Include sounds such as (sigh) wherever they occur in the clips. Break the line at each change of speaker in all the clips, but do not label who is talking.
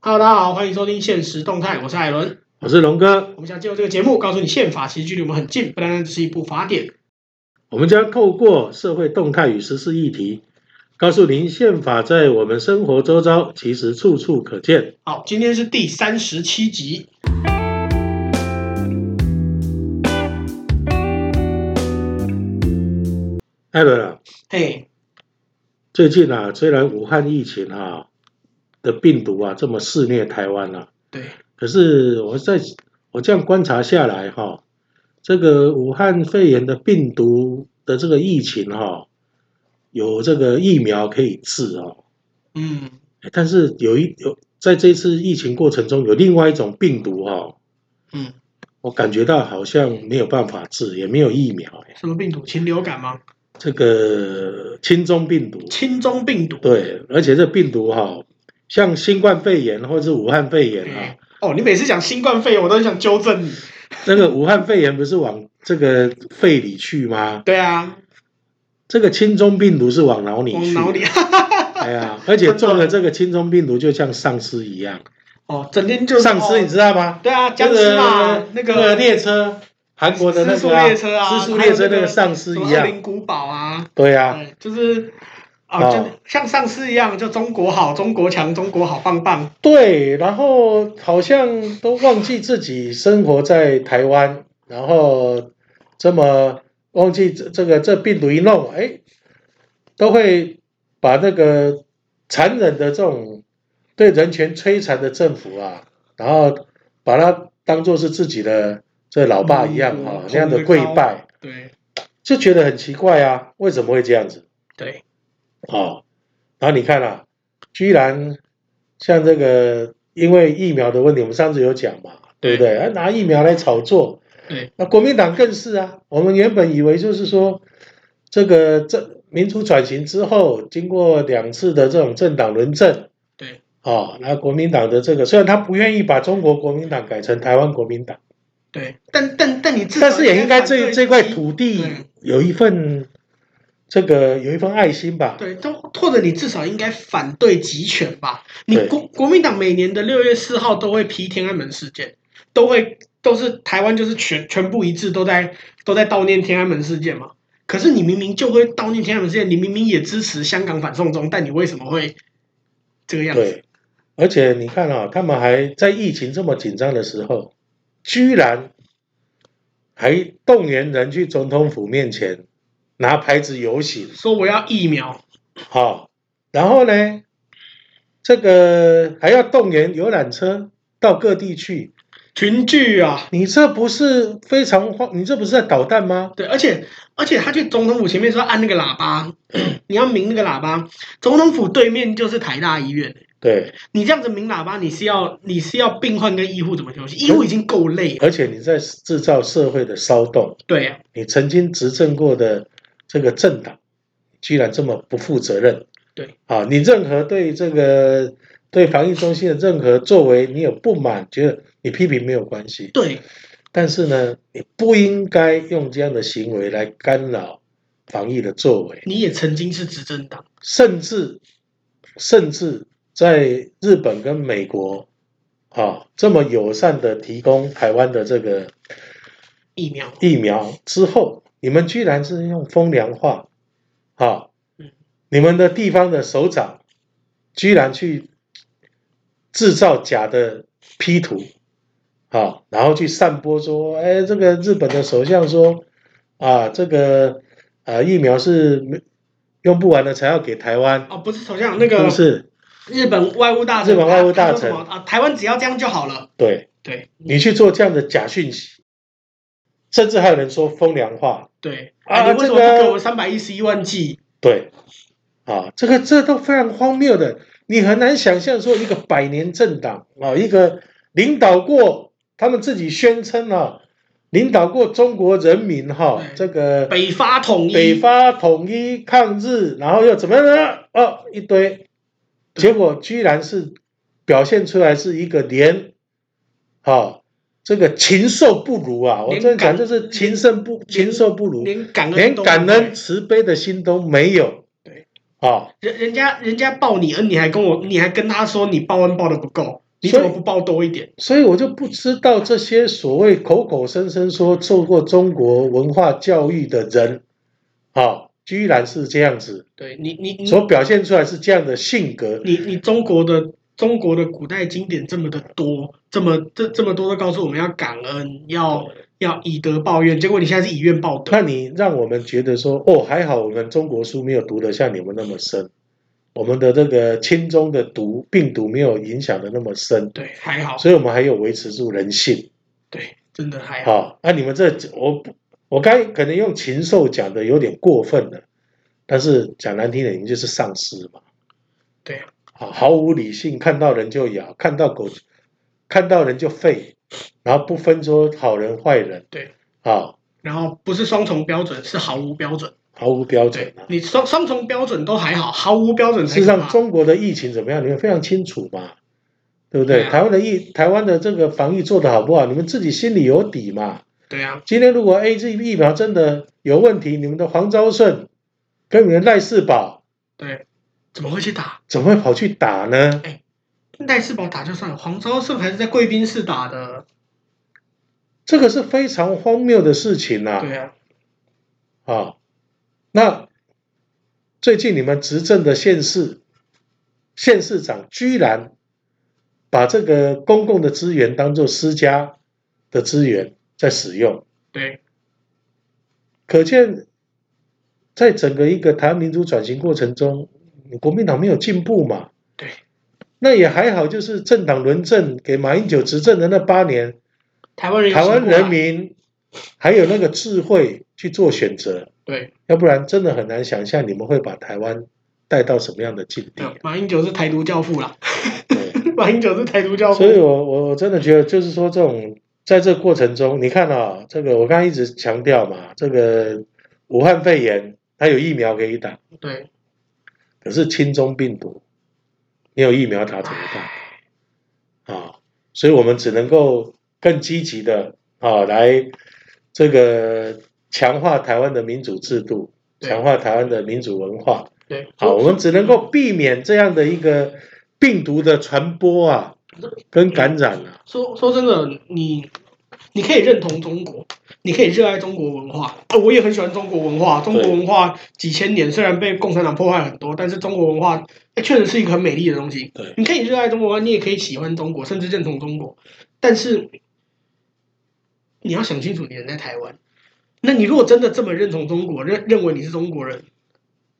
Hello，大家好，欢迎收听《现实动态》，我是艾伦。
我是龙哥，
我们想借由这个节目，告诉你宪法其实距离我们很近，不单单只是一部法典。
我们将透过社会动态与时事议题，告诉您宪法在我们生活周遭其实处处可见。
好，今天是第三十七集。
艾伦啊，
嘿，
最近啊，虽然武汉疫情啊的病毒啊这么肆虐台湾啊，
对，
可是我在我这样观察下来哈、这个武汉肺炎的病毒的这个疫情哈、有这个疫苗可以治哦，哎
嗯，
但是有一有在这次疫情过程中，有另外一种病毒哈、
嗯，
我感觉到好像没有办法治，也没有疫苗，哎
什么病毒？禽流感吗？
这个轻中病毒，
轻中病毒。
对，而且这病毒哈、像新冠肺炎或者是武汉肺炎啊
哎，哦，你每次讲新冠肺炎，我都很想纠正你。
那个武汉肺炎不是往这个肺里去吗？
对啊，
这个轻中病毒是往脑里
往
去， (laughs)
脑里。
哎呀，而且中了这个轻中病毒就像丧尸一样，
哦，整天就是
丧尸你
哦
知道吗？
对啊，僵
这
尸嘛，那
那
个
列车，韩国的那
失速
个啊
列车啊，
失速列车那个丧尸一样，
灵古堡啊，
对啊，
对，就是啊，
哦
就像上次一样，就中国好，中国强，中国好棒棒。
对，然后好像都忘记自己生活在台湾，然后这么忘记这这个这病毒一弄，哎，都会把那个残忍的这种对人权摧残的政府啊，然后把它当做是自己的这老爸一样啊
嗯，
那样的跪拜，
对
就觉得很奇怪啊，为什么会这样子？
对，
哦，然后你看啊，居然像这个，因为疫苗的问题，我们上次有讲嘛，对不对？啊拿疫苗来炒作，
对，
那国民党更是啊。我们原本以为就是说，这个政民主转型之后，经过两次的这种政党轮政，
对，
哦，那国民党的这个虽然他不愿意把中国国民党改成台湾国民党，
对，但但但你至少
但是也应该
反
这
对
这块
基
土地
对
有一份这个有一份爱心吧，
对，都或者你至少应该反对集权吧。你
对
国国民党每年的六月四号都会批天安门事件，都会都是台湾就是全全部一致都在都在悼念天安门事件嘛。可是你明明就会悼念天安门事件，你明明也支持香港反送中，但你为什么会这个样子？
对，而且你看啊，他们还在疫情这么紧张的时候，居然还动员人去总统府面前拿牌子游行，
说我要疫苗，
哈、然后呢，这个还要动员游览车到各地去，
群聚啊！
你这不是非常荒？你这不是在捣蛋吗？
对，而且而且他去总统府前面说按那个喇叭， (clears throat) 你要鸣那个喇叭。总统府对面就是台大医院，
对，
你这样子鸣喇叭，你是要你是要病患跟医护怎么休息？医护已经够累了，
而且你在制造社会的骚动，
对啊呀、
你曾经执政过的这个政党，居然这么不负责任。
对，
啊，你任何对这个对防疫中心的任何作为，你有不满，觉得你批评没有关系，
对
但是呢，你不应该用这样的行为来干扰防疫的作为，
你也曾经是执政党，
甚至甚至在日本跟美国。啊，这么友善的提供台湾的这个
疫苗
疫苗之后，你们居然是用风凉话，啊
嗯，
你们的地方的首长居然去制造假的 P 图，啊，然后去散播说，哎，这个日本的首相说，啊，这个啊疫苗是没用不完的才要给台湾，
哦，不是首相那
是
个
不是？
日本外务大臣，
日本外务大
他说
臣
什么啊，台湾只要这样就好了，
对
对
你去做这样的假讯息，甚至还有人说风凉话，
对
啊
哎你为什么
这
不
个
给我们三百一十一万剂？
对，啊，这个这都非常荒谬的，你很难想象说一个百年政党啊，一个领导过他们自己宣称啊，领导过中国人民哈、
对
这个
北发统一，
北伐统一抗日，然后又怎么样呢？哦，一堆，结果居然是表现出来是一个连，啊。这个禽兽不如啊！我
连嗯
真的
感
讲，就是禽兽不禽兽不如，
连感恩
连
都不
感
会
恩慈悲的心都没有。
对，
啊，
人人家人家报你恩，你还跟我，你还跟他说你报恩报的不够，你怎么不报多一点？
所以我就不知道这些所谓口口声声说受过中国文化教育的人，啊、居然是这样子，
对你，你你
所表现出来是这样的性格。
你你中国的中国的古代经典这么的多，这么这这么多都告诉我们要感恩，要要以德报怨，结果你现在是以怨报德，
那你让我们觉得说，哦，还好我们中国书没有读得像你们那么深，我们的这个亲中的毒病毒没有影响的那么深，
对，还好，
所以我们还有维持住人性。
对，真的还好，
好，那、你们这我不，我该可能用禽兽讲的有点过分了，但是讲难听点，你们就是丧尸嘛，
对啊，
好，毫无理性，看到人就咬，看到狗，看到人就吠，然后不分说好人坏人，
对，
啊，
然后不是双重标准，是毫无标准，
毫无标准
对哎
啊。
你双双重标准都还好，毫无标准才
事
可
实上，
怕。
中国的疫情怎么样，你们非常清楚嘛，对不对？
对啊
台湾的疫，台湾的这个防疫做得好不好，你们自己心里有底嘛。
对啊，
今天如果 A Z 疫苗真的有问题，你们的黄昭顺跟你们的赖世宝
对，怎么会去打？
怎么会跑去打呢？
赖世宝打就算了，黄昭胜还是在贵宾室打的，
这个是非常荒谬的事情啊！
对啊，
啊，那最近你们执政的县市县市长居然把这个公共的资源当做私家的资源在使用，
对
可见在整个一个台湾民主转型过程中，国民党没有进步嘛。
对
那也还好，就是政党轮政给马英九执政的那八年，
台湾人有啊
台湾
醒过来
人民还有那个智慧去做选择，
对，
要不然真的很难想象你们会把台湾带到什么样的境地。
马英九是台独教父啦， (laughs)
对
马英九是台独教父，
所以我我我真的觉得，就是说这种在这过程中，你看啊，这个我刚刚一直强调嘛，这个武汉肺炎它有疫苗可以打，
对，
可是轻中病毒没有疫苗打怎么办？
唉
啊，所以我们只能够更积极的啊，来这个强化台湾的民主制度，
对
强化台湾的民主文化。
对，
好，我们只能够避免这样的一个病毒的传播啊，跟感染啊。
说说真的，你你可以认同中国，你可以热爱中国文化，啊，我也很喜欢中国文化。中国文化几千年虽然被共产党破坏很多，但是中国文化哎确实是一个很美丽的东西。
对
你可以热爱中国文化，你也可以喜欢中国，甚至认同中国，但是你要想清楚，你人在台湾。那你如果真的这么认同中国，认认为你是中国人，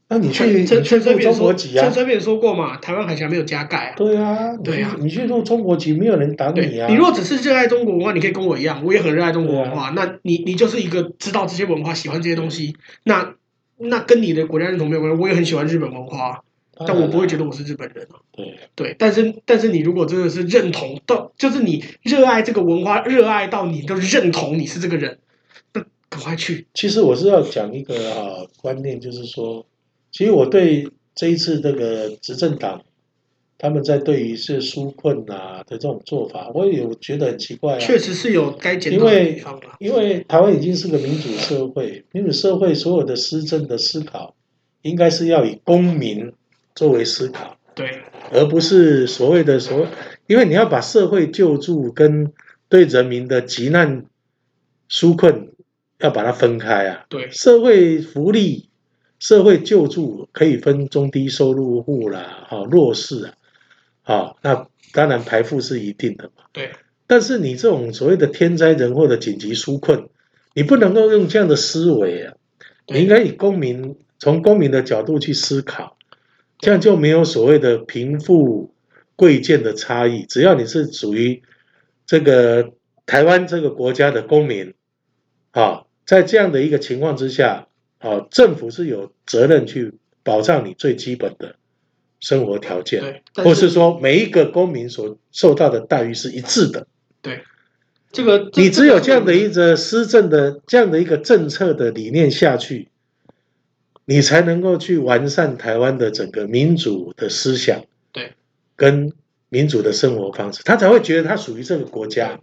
那你去
陈
你
陈
去
陈水
入
扁
中
说，
国籍
陈
啊？
水扁说过嘛，台湾海峡没有加盖啊。
对啊，你去
对啊
你去入中国籍，没有人挡
对
你啊。
你如果只是热爱中国文化，你可以跟我一样，我也很热爱中国文
啊
化。那你你就是一个知道这些文化、喜欢这些东西，那那跟你的国家认同没有关系。我也很喜欢日本文化，啊
当然啊
但
了
我不会觉得我是日本人。啊
对
对，但是但是你如果真的是认同到，就是你热爱这个文化，热爱到你都认同你是这个人，那赶快去。
其实我是要讲一个啊观念，就是说，其实我对这一次这个执政党他们在对于是纾困啊的这种做法，我也觉得很奇怪啊。
确实是有该检讨的地方啊啦。
因为台湾已经是个民主社会，民主社会所有的施政的思考，应该是要以公民作为思考，
对
而不是所谓的所，因为你要把社会救助跟对人民的急难纾困要把它分开啊。
对
社会福利、社会救助可以分中低收入户啦，好、弱势啊，好、那当然排富是一定的嘛。
对
但是你这种所谓的天灾人祸的紧急纾困，你不能够用这样的思维啊，你
对
应该以公民从公民的角度去思考，这样就没有所谓的贫富贵贱的差异。只要你是属于这个台湾这个国家的公民，啊，在这样的一个情况之下，啊，政府是有责任去保障你最基本的生活条件。
对，
或
但
是说每一个公民所受到的待遇是一致的。
这个
你只有这样的
一
一个施政的这样的一个政策的理念下去，你才能够去完善台湾的整个民主的思想，
对，
跟民主的生活方式，他才会觉得他属于这个国家。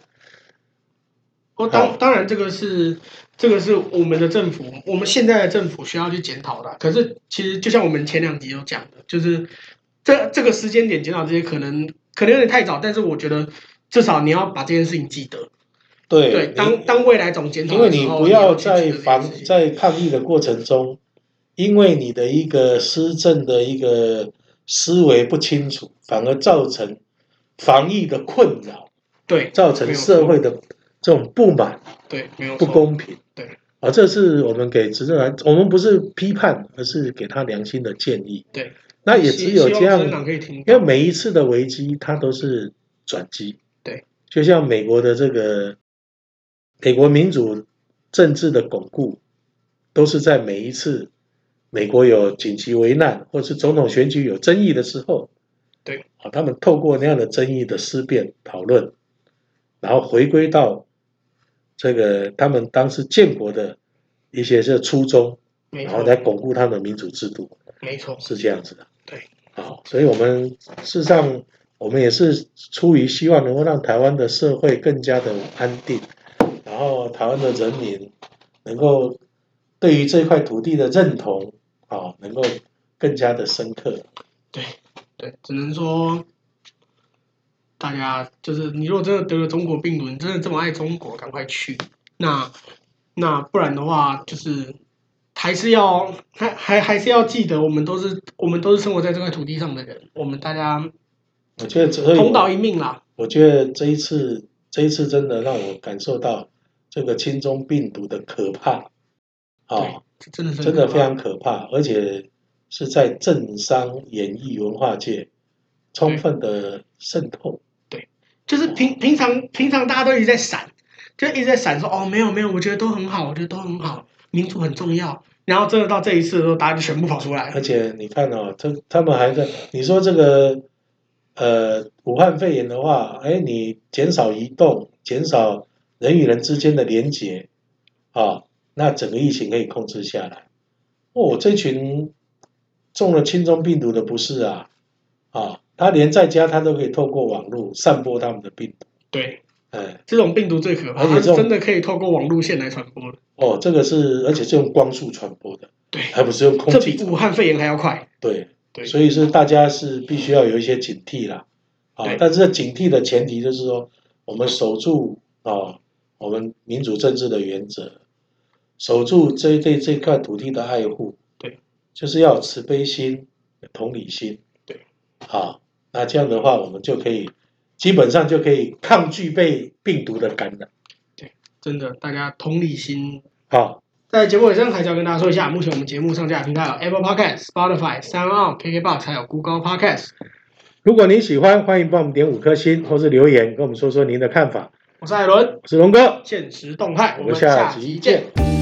哦，
好
当当然，这个是这个是我们的政府，我们现在的政府需要去检讨的。可是，其实就像我们前两集有讲的，就是这这个时间点检讨这些，可能可能有点太早，但是我觉得至少你要把这件事情记得。
对
对，当当未来总检讨
因为
的时
你
候，
不
你
要
要
在防
在。
在抗议的过程中，因为你的一个施政的一个思维不清楚，反而造成防疫的困扰，
对
造成社会的这种不满、
对，没有
不
错。
公平。
对，
啊，这是我们给执政党，我们不是批判，而是给他良心的建议。
对，
那也只有
希
这
希望政
样，
党可以听
因为
到。
每一次的危机它都是转机。
对，
就像美国的这个美国民主政治的巩固，都是在每一次美国有紧急危难或是总统选举有争议的时候，
对，
啊，他们透过那样的争议的思辨讨论，然后回归到这个他们当时建国的一些这初衷，
没
然后
错，
来巩固他们的民主制度。
没错，
是这样子的。
对，
好，所以我们事实上我们也是出于希望能够让台湾的社会更加的安定，然后台湾的人民能够对于这块土地的认同啊、能够更加的深刻。
对，只能说大家就是，你如果真的得了中国病毒，你真的这么爱中国，赶快去。那那不然的话，就是还是要还还还是要记得，我们都是我们都是生活在这块土地上的人，我们大家
我觉得所以
同
我，
岛一命啦。
我觉得这一次这一次真的让我感受到这个轻中病毒的可怕啊。
对，这真的是
真的
很可怕
非常可怕，而且是在政商演艺文化界充分的渗透。
就是平平常平常大家都一直在闪，就一直在闪说哦没有没有，我觉得都很好，我觉得都很好，民主很重要。然后真的到这一次的时候，大家就全部跑出来了。
而且你看哦，他他们还在你说这个呃武汉肺炎的话，哎，你减少移动，减少人与人之间的连结，啊、那整个疫情可以控制下来。哦，这群中了轻中病毒的不是啊，啊、他连在家他都可以透过网络散播他们的病毒，
对，
哎。
这种病毒最可怕，
而
它
且这
是
种
真的可以透过网路线来传播的。
哦，这个是，而且是用光速传播的，
对，
还不是用空
这
气
比
传
武汉肺炎还要快。
对，
对
所以是大家是必须要有一些警惕啦。啊、
对
但是警惕的前提就是说，我们守住啊、我们民主政治的原则，守住这对这块土地的爱护。
对，
就是要有慈悲心、有同理心。
对，
好，那这样的话，我们就可以基本上就可以抗拒被病毒的感染。
真的，大家同理心。
好，
在节目尾声，还是要跟大家说一下，目前我们节目上架的平台有 Apple Podcast、Spotify、Sound、KKBox，还有 Google Podcast。
如果您喜欢，欢迎帮我们点五颗星，或是留言跟我们说说您的看法。
我是艾伦，
我是龙哥，
现实动态，我
我们
们
下
下
集
集
见
见。。